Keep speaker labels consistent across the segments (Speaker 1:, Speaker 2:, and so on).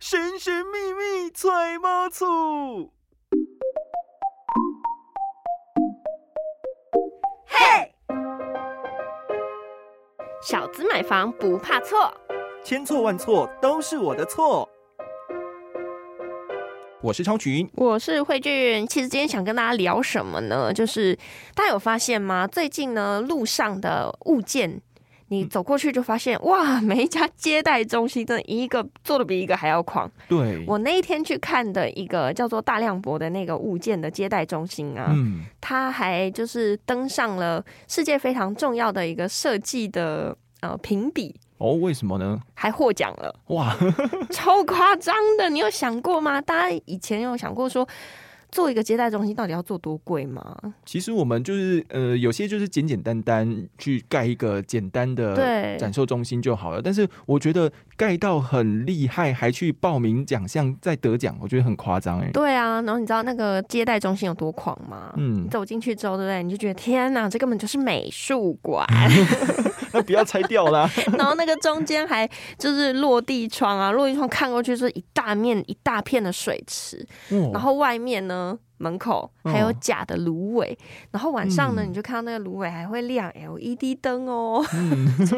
Speaker 1: 神神秘秘揣猫醋。
Speaker 2: 小资买房不怕错，
Speaker 1: 千错万错都是我的错。我是超群，
Speaker 2: 我是慧俊。其实今天想跟大家聊什么呢？就是大家有发现吗？最近呢，路上的物件。你走过去就发现，哇，每一家接待中心真的一个做的比一个还要狂。
Speaker 1: 对，
Speaker 2: 我那一天去看的一个叫做大亮博的那个物件的接待中心啊，
Speaker 1: 嗯，
Speaker 2: 它还就是登上了世界非常重要的一个设计的呃评比，
Speaker 1: 哦，为什么呢？
Speaker 2: 还获奖了，
Speaker 1: 哇，
Speaker 2: 超夸张的！你有想过吗？大家以前有想过说做一个接待中心到底要做多贵吗？
Speaker 1: 其实我们就是呃，有些就是简简单单去盖一个简单的
Speaker 2: 对，
Speaker 1: 展售中心就好了。但是我觉得盖到很厉害，还去报名奖项再得奖，我觉得很夸张哎。
Speaker 2: 对啊。然后你知道那个接待中心有多狂吗？
Speaker 1: 嗯
Speaker 2: 你，走进去之后，对不对？你就觉得天哪，这根本就是美术馆。
Speaker 1: 那不要拆掉 啦。
Speaker 2: 然后那个中间还就是落地窗啊，落地窗看过去是一大面一大片的水池，然
Speaker 1: 哦，
Speaker 2: 后外面呢门口还有假的芦苇，然后晚上呢
Speaker 1: 嗯
Speaker 2: 你就看到那个芦苇还会亮哎 LED 灯哦，
Speaker 1: 嗯，
Speaker 2: 超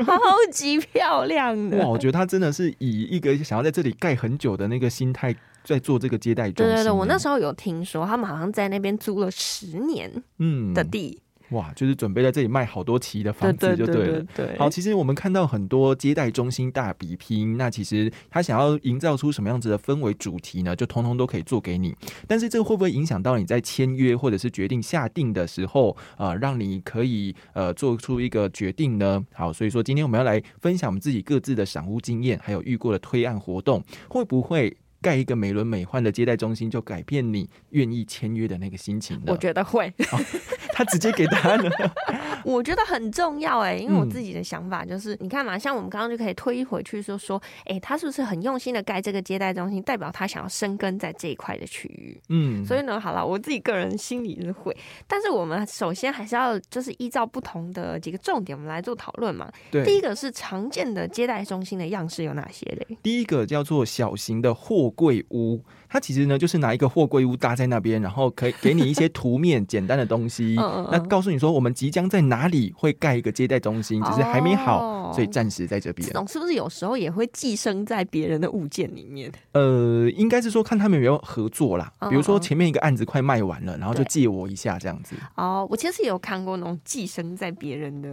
Speaker 2: 级漂 亮
Speaker 1: 哇，
Speaker 2: 的。
Speaker 1: 我觉得他真的是以一个想要在这里盖很久的那个心态在做这个接待中
Speaker 2: 对
Speaker 1: 心。啊
Speaker 2: 对对，我那时候有听说，他们好像在那边租了十年
Speaker 1: 嗯
Speaker 2: 的地。
Speaker 1: 哇，就是准备在这里卖好多期的
Speaker 2: 对
Speaker 1: 房子
Speaker 2: 对
Speaker 1: 嗯就
Speaker 2: 对
Speaker 1: 对了。
Speaker 2: 对对，
Speaker 1: 好，其实我们看到很多接待中心大比拼，那其实他想要营造出什么样子的氛围主题呢？就通通都可以做给你。但是这会不会影响到你在签约或者是决定下定的时候，呃，让你可以呃做出一个决定呢？好，所以说今天我们要来分享我们自己各自的赏屋经验，还有遇过的推案活动，会不会？盖一个美轮美奂的接待中心，就改变你愿意签约的那个心情呢？
Speaker 2: 我觉得会，
Speaker 1: 他直接给答案了。
Speaker 2: 我觉得很重要哎、因为我
Speaker 1: 嗯
Speaker 2: 自己的想法就是，你看嘛，像我们刚刚就可以推回去说说，哎、他是不是很用心的盖这个接待中心，代表他想要生根在这一块的区域。
Speaker 1: 嗯，
Speaker 2: 所以呢，好了，我自己个人心里是会，但是我们首先还是要就是依照不同的几个重点，我们来做讨论嘛。
Speaker 1: 对，
Speaker 2: 第一个是常见的接待中心的样式有哪些嘞？
Speaker 1: 第一个叫做小型的货柜屋，它其实呢就是拿一个货柜屋搭在那边，然后可以给你一些图面简单的东西，
Speaker 2: 嗯嗯嗯
Speaker 1: 那告诉你说我们即将在哪里会盖一个接待中心，只是还没好，
Speaker 2: 哦
Speaker 1: 所以暂时在这边
Speaker 2: 这。种是不是哦有时候也会寄生在别人的物件里面？
Speaker 1: 呃，应该是说看他们有没有合作啦，
Speaker 2: 嗯
Speaker 1: 比如说
Speaker 2: 嗯嗯
Speaker 1: 前面一个案子快卖完了，然后就
Speaker 2: 对
Speaker 1: 借我一下这样子。
Speaker 2: 哦，我其实也有看过那种寄生在别人的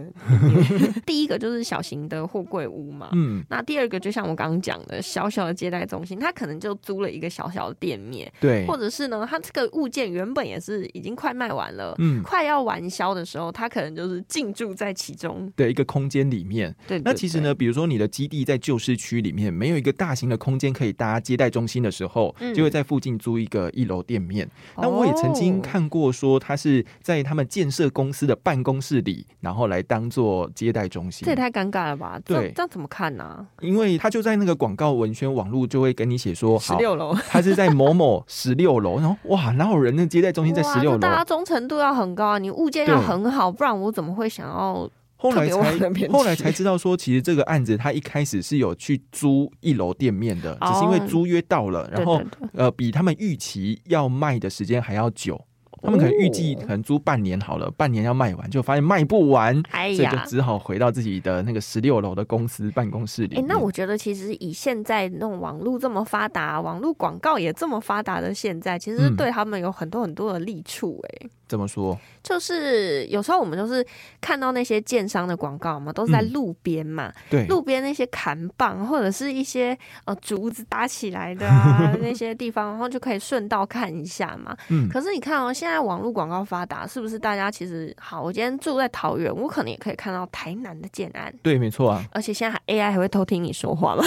Speaker 2: 里 面。第一个就是小型的货柜屋嘛，
Speaker 1: 嗯，
Speaker 2: 那第二个就像我刚刚讲的，小小的接待中心，它可能就租了一个小小的店面，
Speaker 1: 对
Speaker 2: 或，者是呢，它这个物件原本也是已经快卖完了。
Speaker 1: 嗯，
Speaker 2: 快要完销的时候，它可能就是进驻在其中。
Speaker 1: 对，一个空间里面。
Speaker 2: 对，
Speaker 1: 那
Speaker 2: 对
Speaker 1: 其实，呢，比如说你的基地在旧市区里面没有一个大型的空间可以搭接待中心的时候，
Speaker 2: 嗯
Speaker 1: 就会在附近租一个一楼店面。
Speaker 2: 对
Speaker 1: 那我也曾经，
Speaker 2: 哦
Speaker 1: 看过，说它是在他们建设公司的办公室里，然后来当做接待中心
Speaker 2: 这也。太尴尬了吧？这
Speaker 1: 对
Speaker 2: 这样怎么看啊呢、
Speaker 1: 因为它就在那个广告文宣网络就会跟你写说，
Speaker 2: 十
Speaker 1: 好，
Speaker 2: 六楼，
Speaker 1: 它是在某 某十六楼。然后哇，哪有人那接待中心在
Speaker 2: 哇
Speaker 1: 十六
Speaker 2: 这大
Speaker 1: 楼
Speaker 2: 家？忠诚度要很高啊，你物件要
Speaker 1: 对
Speaker 2: 很好，不然我怎么会想要？
Speaker 1: 后
Speaker 2: 特
Speaker 1: 来
Speaker 2: 别往那
Speaker 1: 才
Speaker 2: 边
Speaker 1: 后来
Speaker 2: 去
Speaker 1: 才知道说，其实这个案子它一开始是有去租一楼店面的，只是因为
Speaker 2: 哦
Speaker 1: 租约到了，然后
Speaker 2: 对对对
Speaker 1: 呃，比他们预期要卖的时间还要久。他们可能预计
Speaker 2: 哦
Speaker 1: 可能租半年好了，半年要卖完，就发现卖不完，
Speaker 2: 哎
Speaker 1: 所以
Speaker 2: 呀，
Speaker 1: 就只好回到自己的那个十六楼的公司办公室里
Speaker 2: 哎、
Speaker 1: 面。
Speaker 2: 那我觉得其实以现在那种网络这么发达、网络广告也这么发达的现在，其实
Speaker 1: 嗯
Speaker 2: 对他们有很多很多的利处、哎、
Speaker 1: 怎么说？
Speaker 2: 就是有时候我们就是看到那些建商的广告嘛，都是在
Speaker 1: 嗯
Speaker 2: 路边嘛，
Speaker 1: 对，
Speaker 2: 路边那些砍棒或者是一些呃竹子搭起来的啊那些地方，然后就可以顺道看一下嘛。
Speaker 1: 嗯，
Speaker 2: 可是你看哦，现在网络广告发达，是不是大家其实好？我今天住在桃园，我可能也可以看到台南的建案。
Speaker 1: 对，没错啊。
Speaker 2: 而且现在还 AI 还会偷听你说话嘛，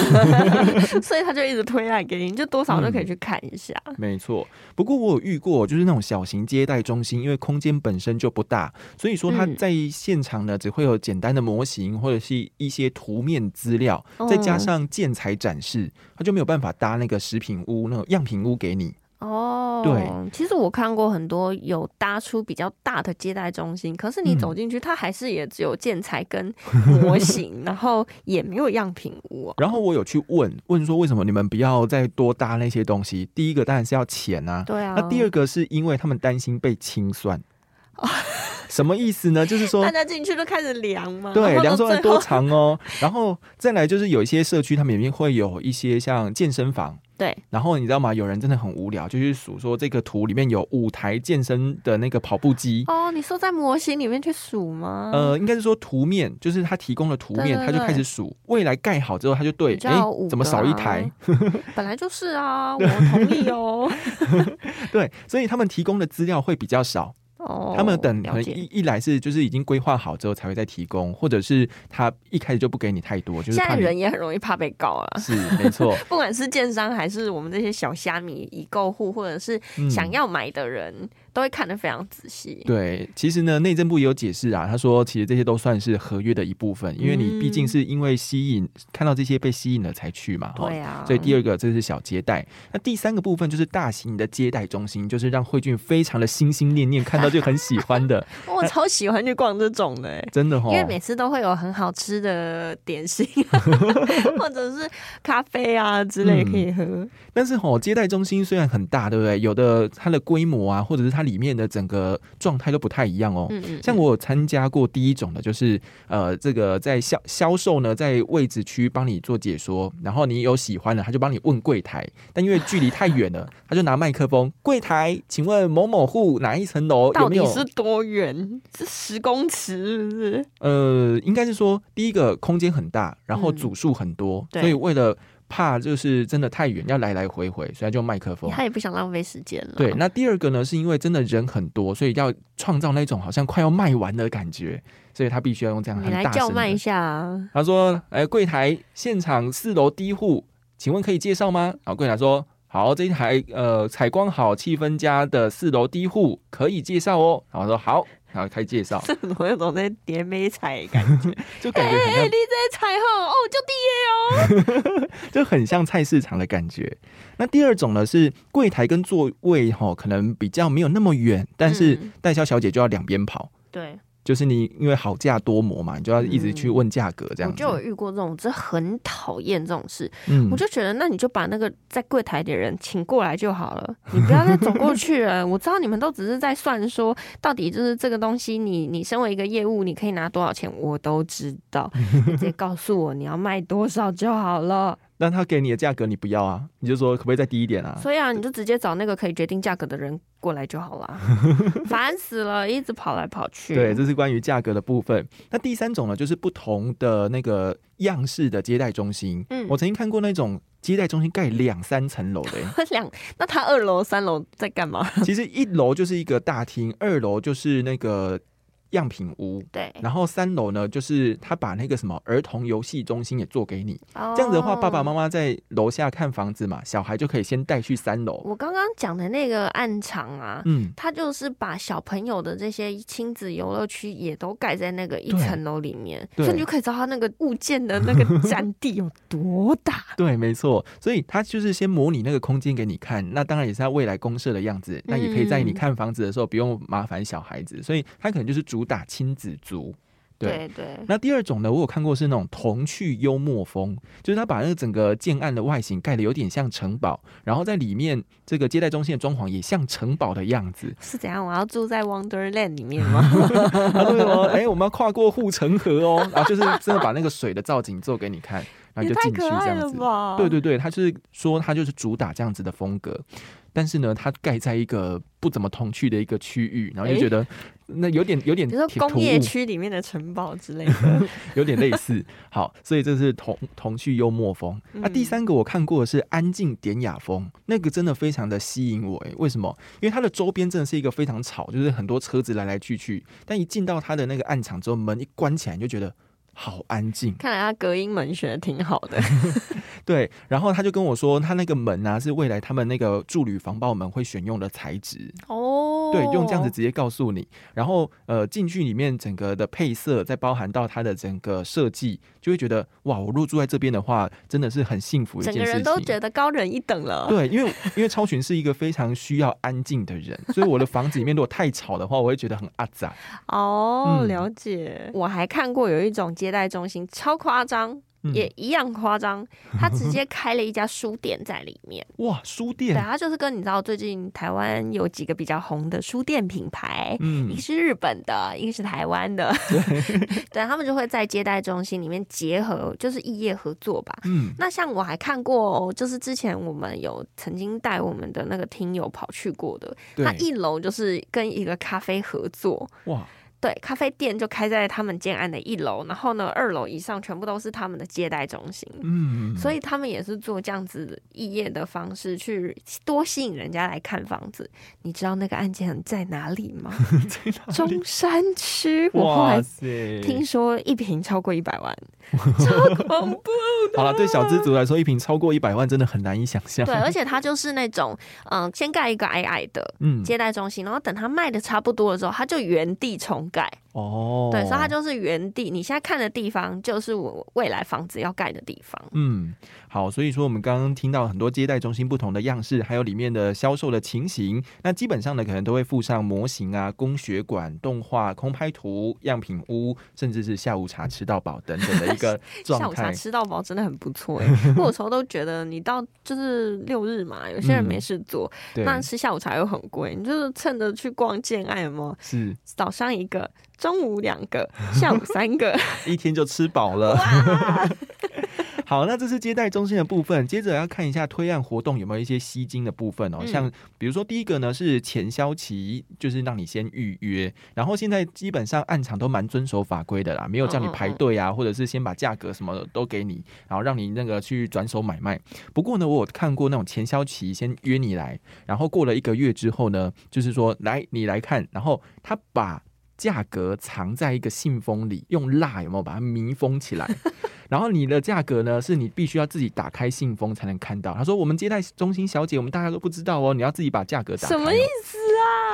Speaker 2: 所以他就一直推案给你，你就多少就
Speaker 1: 嗯
Speaker 2: 可以去看一下。
Speaker 1: 没错，不过我有遇过，就是那种小型接待中心，因为空间本身就不大，所以说它
Speaker 2: 嗯
Speaker 1: 在现场呢，只会有简单的模型或者是一些图面资料，再
Speaker 2: 哦
Speaker 1: 加上建材展示，它就没有办法搭那个食品屋那种样品屋给你。
Speaker 2: 哦，
Speaker 1: 对，
Speaker 2: 其实我看过很多有搭出比较大的接待中心，可是你
Speaker 1: 嗯
Speaker 2: 走进去，它还是也只有建材跟 模型，然后也没有样品屋、哦。
Speaker 1: 然后我有去问问说，为什么你们不要再多搭那些东西？第一个当然是要钱啊，
Speaker 2: 对啊，
Speaker 1: 那第二个是因为他们担心被清算。
Speaker 2: 哦
Speaker 1: 什么意思呢？就是说
Speaker 2: 大，家进去都开始量嘛，然
Speaker 1: 对，
Speaker 2: 后
Speaker 1: 量
Speaker 2: 到
Speaker 1: 说
Speaker 2: 最
Speaker 1: 多
Speaker 2: 后
Speaker 1: 长哦。然后再来就是有一些社区，他们里面会有一些像健身房。
Speaker 2: 对，
Speaker 1: 然后你知道吗？有人真的很无聊，就去数说这个图里面有五台健身的那个跑步机。
Speaker 2: 哦，你说在模型里面去数吗？
Speaker 1: 呃，应该是说图面，就是他提供了图面，
Speaker 2: 对对
Speaker 1: 他就开始
Speaker 2: 对
Speaker 1: 数。未来盖好之后，他就对
Speaker 2: 比，较
Speaker 1: 哎
Speaker 2: 有五，
Speaker 1: 怎么
Speaker 2: 个
Speaker 1: 少一
Speaker 2: 啊
Speaker 1: 台？？
Speaker 2: 本来就是啊，我同意 哦。
Speaker 1: 对，所以他们提供的资料会比较少。
Speaker 2: 哦，
Speaker 1: 他们等可
Speaker 2: 了
Speaker 1: 能
Speaker 2: 解。
Speaker 1: 一一来是就是已经规划好之后才会再提供，或者是他一开始就不给你太多，就
Speaker 2: 现
Speaker 1: 是怕
Speaker 2: 在
Speaker 1: 你
Speaker 2: 人也很容易怕被告啊，
Speaker 1: 是没错，
Speaker 2: 不管是建商还是我们这些小虾米已购户，或者是
Speaker 1: 嗯
Speaker 2: 想要买的人，都会看得非常仔细。
Speaker 1: 对，其实呢，内政部也有解释啊，他说其实这些都算是合约的一部分，因为你毕竟是因为吸引看到这些被吸引了才去嘛，哈
Speaker 2: 对啊，
Speaker 1: 所以第二个这是小接待，那第三个部分就是大型的接待中心，就是让慧俊非常的心心念念，看到就很喜欢 的，
Speaker 2: 哦我 超喜欢去逛这种的、欸。
Speaker 1: 真的哦哈
Speaker 2: 因。为每次都会有很好吃的点心，啊 或者是咖啡啊之类可
Speaker 1: 嗯
Speaker 2: 以喝。
Speaker 1: 但是吼，接待中心虽然很大，对不对？有的它的规模啊，或者是它里面的整个状态都不太一样哦。
Speaker 2: 嗯嗯，
Speaker 1: 像我有参加过第一种的，就是呃，这个在销销售呢，在位置区帮你做解说，然后你有喜欢的，他就帮你问柜台，但因为距离太远了，他就拿麦克风，柜台，请问某某户哪一层楼有
Speaker 2: 到
Speaker 1: 没
Speaker 2: 底
Speaker 1: 有？
Speaker 2: 是多远？是十公尺是不是？
Speaker 1: 呃，应该是说第一个空间很大，然后
Speaker 2: 嗯
Speaker 1: 组数很多，
Speaker 2: 对
Speaker 1: 所以为了怕就是真的太远，要来来回回，所以他就麦克 风。
Speaker 2: 他也不想浪费时间了。
Speaker 1: 对，那第二个呢，是因为真的人很多，所以要创造那种好像快要卖完的感觉，所以他必须要用这样
Speaker 2: 你
Speaker 1: 很
Speaker 2: 来
Speaker 1: 大
Speaker 2: 叫
Speaker 1: 声
Speaker 2: 卖一
Speaker 1: 的。
Speaker 2: 下、啊。
Speaker 1: 他说：“哎，柜台，现场四楼第一户，请问可以介绍吗？”然后柜台说：“好，这一台呃采光好、气氛佳的四楼第一户可以介绍哦。”然后说：“好。”然后开始介绍，
Speaker 2: 这我有种在叠美彩 的感觉，
Speaker 1: 就感觉很像
Speaker 2: 哎 你在彩虹哦，就第
Speaker 1: 就很像菜市场的感觉。那第二种呢是柜台跟座位哈、可能比较没有那么远，但是
Speaker 2: 嗯
Speaker 1: 代销小姐就要两边跑。
Speaker 2: 对，
Speaker 1: 就是你因为好价多磨嘛，你就要一直去问价格这
Speaker 2: 我
Speaker 1: 样子。
Speaker 2: 就有遇过这种，这很讨厌这种事。
Speaker 1: 嗯
Speaker 2: 我就觉得，那你就把那个在柜台的人请过来就好了，你不要再走过去 了。我知道你们都只是在算说，到底就是这个东西你，你身为一个业务，你可以拿多少钱，我都知 道，你直接告诉我你要卖多少就好了。
Speaker 1: 那他给你的价格你不要啊，你就说可不可以再低一点 啊？
Speaker 2: 所以啊，你就直接找那个可以决定价格的人过来就好 啦。烦死了，一直跑来跑去。
Speaker 1: 对，这是关于价格的部分。那第三种呢，就是不同的那个样式的接待中心。
Speaker 2: 嗯
Speaker 1: 我曾经看过那种接待中心盖两三层楼的、
Speaker 2: 两，那他二楼、三楼在干嘛？
Speaker 1: 其实一楼就是一个大厅，二楼就是那个样品屋。
Speaker 2: 对，
Speaker 1: 然后三楼呢，就是他把那个什么儿童游戏中心也做给你，
Speaker 2: 哦
Speaker 1: 这样子的话，爸爸妈
Speaker 2: 妈。
Speaker 1: 妈在楼下看房子嘛，小孩就可以先带去三楼。
Speaker 2: 哦我刚刚讲的那个暗场啊，
Speaker 1: 嗯，
Speaker 2: 他就是把小朋友的这些亲子游乐区也都盖在那个一
Speaker 1: 对
Speaker 2: 层楼里面，
Speaker 1: 对
Speaker 2: 所以你就可以知道他那个物件的 那个占地有多大。
Speaker 1: 对，没错，所以他就是先模拟那个空间给你看，那当然也是他未来公社的样子，那也可以在
Speaker 2: 嗯
Speaker 1: 你看房子的时候不用麻烦小孩子，所以他可能就是主打亲子族。 对，
Speaker 2: 对对，
Speaker 1: 那第二种呢，我有看过是那种童趣幽默风，就是他把那个整个建案的外形盖的有点像城堡，然后在里面这个接待中心的装潢也像城堡的样 子。
Speaker 2: 是怎样？我要住在 Wonderland 里面吗？
Speaker 1: 他说哦，哎、我们要跨过护城河哦，然后就是真的把那个水的造景做给你看，然后你就
Speaker 2: 也太
Speaker 1: 进去
Speaker 2: 可
Speaker 1: 这
Speaker 2: 爱
Speaker 1: 样
Speaker 2: 了
Speaker 1: 子。
Speaker 2: 吧！
Speaker 1: 对 对对，他就是说他就是主打这样子的风格，但是呢，他盖在一个不怎么童趣的一个区域，然后就觉得那有点有点
Speaker 2: 比如
Speaker 1: 铁
Speaker 2: 说
Speaker 1: 突
Speaker 2: 工业
Speaker 1: 兀，
Speaker 2: 区里面的城堡之类的，
Speaker 1: 有点类似。好，所以这是童童趣幽默风。那、第
Speaker 2: 嗯
Speaker 1: 三个我看过的是安静典雅风，那个真的非常的吸引我诶，为什么？因为它的周边真的是一个非常吵，就是很多车子来来去去，但一进到它的那个暗场之后，门一关起来，你就觉得好安静。
Speaker 2: 看来他隔音门学的挺好的。
Speaker 1: 对，然后他就跟我说，他那个门啊是未来他们那个住旅防爆门会选用的材质，
Speaker 2: 哦，哦，
Speaker 1: 对，用这样子直接告诉你，然后呃，进去里面整个的配色，再包含到它的整个设计，就会觉得哇，我如果住在这边的话，真的是很幸福的一
Speaker 2: 哦整
Speaker 1: 件
Speaker 2: 个
Speaker 1: 事
Speaker 2: 人
Speaker 1: 情。
Speaker 2: 都觉得高人一等了。
Speaker 1: 对，因为因为超群是一个非常需要安静的人，所以我的房子里面如果太吵的话，我会觉得很阿杂。
Speaker 2: 哦，
Speaker 1: 嗯
Speaker 2: 了解。我还看过有一种接待中心超夸张，
Speaker 1: 嗯
Speaker 2: 也一样夸张，他 直接开了一家书店在里面。
Speaker 1: 哇，书
Speaker 2: 对，啊
Speaker 1: 店，
Speaker 2: 他就是跟你知道最近台湾有几个比较红的书店品牌。一
Speaker 1: 嗯
Speaker 2: 个，是日本的，一个是台湾的， 对，他们就会在接待中心里面结合，就是异业合作吧。
Speaker 1: 嗯，
Speaker 2: 那像我还看过，哦就是之前我们有曾经带我们的那个听友跑去过的，他
Speaker 1: 对，
Speaker 2: 一楼就是跟一个咖啡合作，
Speaker 1: 哇，
Speaker 2: 对，咖啡店就开在他们建案的一楼，然后呢，二楼以上全部都是他们的接待中心，
Speaker 1: 嗯，
Speaker 2: 所
Speaker 1: 以
Speaker 2: 以他们也是做这样子异业的方式去多吸引人家来看房子。你知道那个案件在哪里 吗？中山区，我后来
Speaker 1: 塞
Speaker 2: 听说一平超过一百 万，超恐怖。
Speaker 1: 好了，对小资族来说，一瓶超过一百万真的很难以想象。
Speaker 2: 对，而且它就是那种，嗯、先盖一个矮矮的。
Speaker 1: 嗯，
Speaker 2: 接待中心，然后等它卖的差不多的时候，它就原地重盖。
Speaker 1: 哦，
Speaker 2: 对，所以它就是原地。你现在看的地方，就是我未来房子要盖的地方。
Speaker 1: 嗯，好，所以说我们刚刚听到很多接待中心不同的样式，还有里面的销售的情形。那基本上呢，可能都会附上模型啊、供血管、动画、空拍图、样品屋，甚至是下午茶吃到饱等等的一个
Speaker 2: 下
Speaker 1: 状
Speaker 2: 午茶
Speaker 1: 态。
Speaker 2: 吃到饱真的很不 错哎、欸，我有时候都觉得你到就是六日嘛，有些人
Speaker 1: 嗯
Speaker 2: 没事做，
Speaker 1: 对，
Speaker 2: 那吃下午茶又很贵，你就是趁着去逛建爱嘛，
Speaker 1: 是
Speaker 2: 早上一个，中午两个，下午三个，
Speaker 1: 一天就吃饱了。 好，那这是接待中心的部分。接着要看一下推案活动有没有一些吸睛的部分哦，
Speaker 2: 嗯
Speaker 1: 像比如说第一个呢是前销期，就是让你先预约，然后现在基本上暗场都蛮遵守法规的啦，没有叫你排队啊，或者是先把价格什么的都给你，然后让你那个去转手买卖。不过呢，我有看过那种前销期先约你来，然后过了一个月之后呢，就是说来你来看，然后他把价格藏在一个信封里，用蜡有没有把它密封起 来？然后你的价格呢，是你必须要自己打开信封才能看到。他说：“我们接待中心小姐，我们大家都不知道哦，你要自己把价格打开、
Speaker 2: 什么意啊
Speaker 1: 思？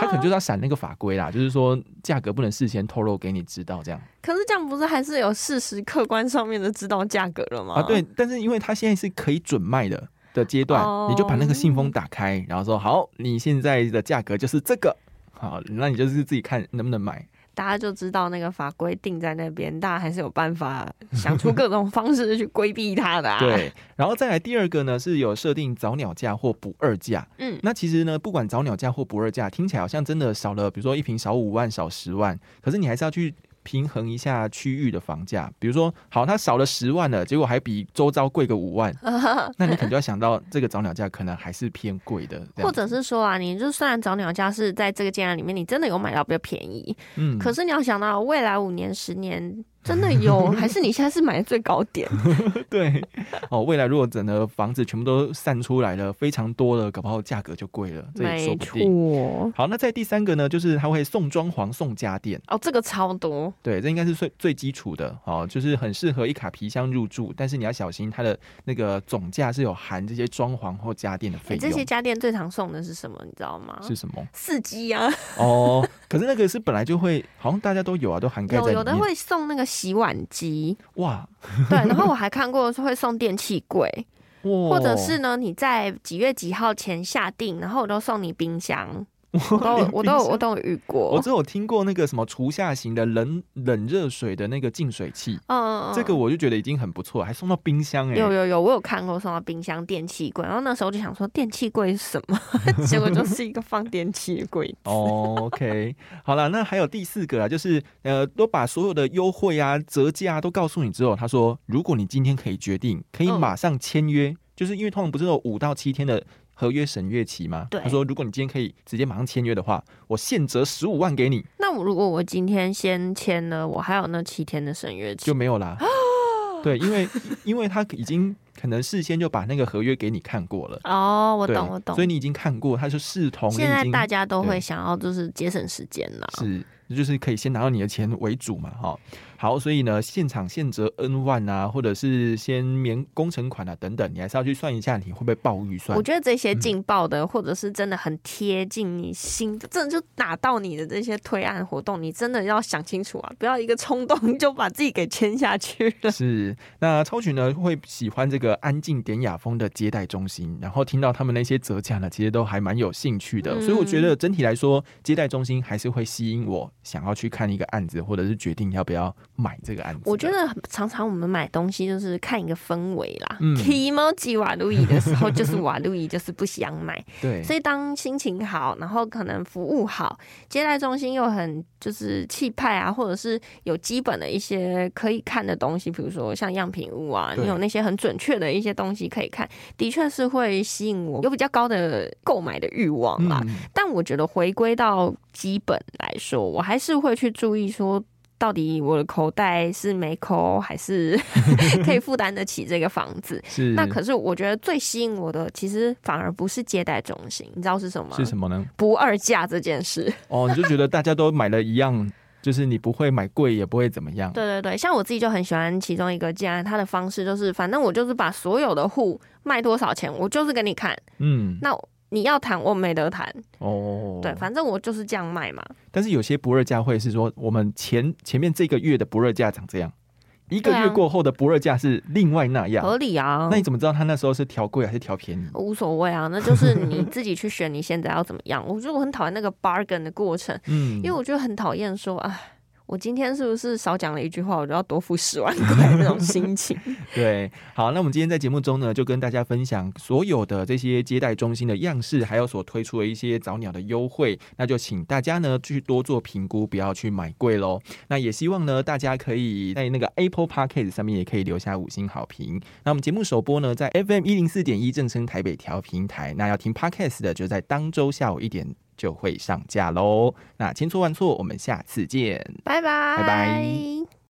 Speaker 1: 他可能就是要闪那个法规啦，就是说价格不能事先透露给你知道这样
Speaker 2: 可是这样不是还是有事实客观上面的知道价格了吗？
Speaker 1: 啊。对，，但是因为他现在是可以准卖的的阶段，
Speaker 2: 哦
Speaker 1: 你就把那个信封打开，然后说好，你现在的价格就是这个，好，那你就是自己看能不能买。
Speaker 2: 大家就知道那个法规定在那边，大家还是有办法想出各种方式去规避它的、啊。，
Speaker 1: 对，然后再来第二个呢，是有设定早鸟价或不二价。
Speaker 2: 嗯，
Speaker 1: 那其实呢，不管早鸟价或不二价，听起来好像真的少了，比如说一瓶少五万、少十万，可是你还是要去平衡一下区域的房价。比如说，好，它少了十万了，结果还比周遭贵个五 万，那你可能就要想到这个早鸟价可能还是偏贵的，这样
Speaker 2: 或者是说啊，你就虽然早鸟价是在这个建案里面，你真的有买到比较便宜，
Speaker 1: 嗯，
Speaker 2: 可是你要想到未来五年、十年。真的 有，还是你现在是买的最高点？
Speaker 1: 对哦，未来如果整个房子全部都散出来了，非常多了，搞不好价格就贵了，这也说
Speaker 2: 没
Speaker 1: 不
Speaker 2: 错
Speaker 1: 定。，好，那在第三个呢，就是它会送装潢、送家电。
Speaker 2: 哦，这个超多，
Speaker 1: 对，这应该是最最基础的哦，就是很适合一卡皮箱入住，但是你要小心它的那个总价是有含这些装潢或家电的
Speaker 2: 哎、
Speaker 1: 费
Speaker 2: 这
Speaker 1: 用。
Speaker 2: 些家电最常送的是什么？你知道吗？
Speaker 1: 是什么？
Speaker 2: 四 G 啊，
Speaker 1: 哦，可是那个是本来就会，好像大家都有啊，都涵盖在
Speaker 2: 有
Speaker 1: 里
Speaker 2: 有的
Speaker 1: 面。
Speaker 2: 会送那个洗碗 机，
Speaker 1: 哇
Speaker 2: 对，然后我还看过会送电器柜，
Speaker 1: 哇，
Speaker 2: 或者是呢，你在几月几号前下定，然后我都送你冰箱，我 都有我都有我都有遇
Speaker 1: 我
Speaker 2: 过，
Speaker 1: 只有听过那个什么厨下型的冷冷热水的那个净水器，
Speaker 2: 嗯，
Speaker 1: 这个我就觉得已经很不错了，还送到冰箱哎、
Speaker 2: 有有有，我有看过送到冰箱、电器柜，然后那时候就想说电器柜是什 么，结果就是一个放电器的柜。
Speaker 1: 哦 OK，好了，那还有第四个啊，就是呃，都把所有的优惠啊、折价、啊、都告诉你之后，他说，如果你今天可以决定，可以
Speaker 2: 嗯
Speaker 1: 马上签约，就是因为通常不是有五到七天的合约审阅期吗？
Speaker 2: 对
Speaker 1: 他说，如果你今天可以直接马上签约的话，我现折十五万给你，
Speaker 2: 那我如果我今天先签了，我还有那七天的审阅期
Speaker 1: 就，没有啦。
Speaker 2: 啊
Speaker 1: 对，因为因为他已经可能事先就把那个合约给你看过了。
Speaker 2: 哦，我
Speaker 1: 对
Speaker 2: 懂我懂
Speaker 1: 所以。你已经看过，他就视同你
Speaker 2: 现在
Speaker 1: 已经
Speaker 2: 大家都
Speaker 1: 对
Speaker 2: 会想要就是节省时间啦，
Speaker 1: 是就是可以先拿到你的钱为主嘛，哈。好，所以呢，现场现折 N 万啊，或者是先免工程款啊等等，你还是要去算一下你会不会爆预算
Speaker 2: 我。觉得这
Speaker 1: 嗯
Speaker 2: 些劲爆的，或者是真的很贴近你心，真的就打到你的这些推案活动，你真的要想清楚啊，不要一个冲动 就把自己给签下去了。
Speaker 1: 是，那超群呢会喜欢这个安静典雅风的接待中心，然后听到他们那些折价呢，其实都还蛮有兴趣的，
Speaker 2: 嗯
Speaker 1: 所以我觉得整体来说，接待中心还是会吸引我想要去看一个案子，或者是决定要不要买这个案子的。
Speaker 2: 我觉得常常我们买东西就是看一个氛围啦
Speaker 1: 嗯
Speaker 2: e m o j i 瓦路易的时候就是瓦路易，就是不想买。
Speaker 1: 对，
Speaker 2: 所以当心情好，然后可能服务好，接待中心又很就是气派啊，或者是有基本的一些可以看的东西，比如说像样品屋啊，
Speaker 1: 对
Speaker 2: 你有那些很准确的一些东西可以看，的确是会吸引我有比较高的购买的欲望啦。
Speaker 1: 嗯
Speaker 2: 但我觉得回归到基本来说，我还是会去注意说。到底我的口袋是没抠，还是可以负担得起这个房子？
Speaker 1: 是
Speaker 2: 那可是我觉得最吸引我的，其实反而不是接待中心，你知道是什么吗？
Speaker 1: 是什么呢？
Speaker 2: 不二价这件事。
Speaker 1: 哦，你就觉得大家都买了一样，就是你不会买贵，也不会怎么样。
Speaker 2: 对对对，像我自己就很喜欢其中一个建安，它的方式就是，反正我就是把所有的户卖多少钱，我就是给你看。
Speaker 1: 嗯，
Speaker 2: 那你要谈，我没得谈。
Speaker 1: 哦，
Speaker 2: 对，反正我就是这样卖嘛。
Speaker 1: 但是有些不二价会是说，我们前前面这个月的不二价长这样，一个
Speaker 2: 对啊
Speaker 1: 月过后的不二价是另外那样。
Speaker 2: 合理啊
Speaker 1: 那。你怎么知道他那时候是调贵还是调便宜？
Speaker 2: 无所谓啊，那就是你自己去选你现在要怎么样。我觉得我很讨厌那个 bargain 的过程，
Speaker 1: 嗯，
Speaker 2: 因为我觉得很讨厌说，哎，我今天是不是少讲了一句话，我就要多付十万块那种 心情。
Speaker 1: 对，好，那我们今天在节目中呢，就跟大家分享所有的这些接待中心的样式，还有所推出的一些早鸟的优惠，那就请大家呢去多做评估，不要去买贵喽。那也希望呢，大家可以在那个 Apple Podcast 上面也可以留下五星好评。那我们节目首播呢，在 FM 一零四点一正声台北调平台，那要听 Podcast 的就在当周下午一点就会上架喽。那千错万错，我们下次见。
Speaker 2: 拜拜，
Speaker 1: 拜拜。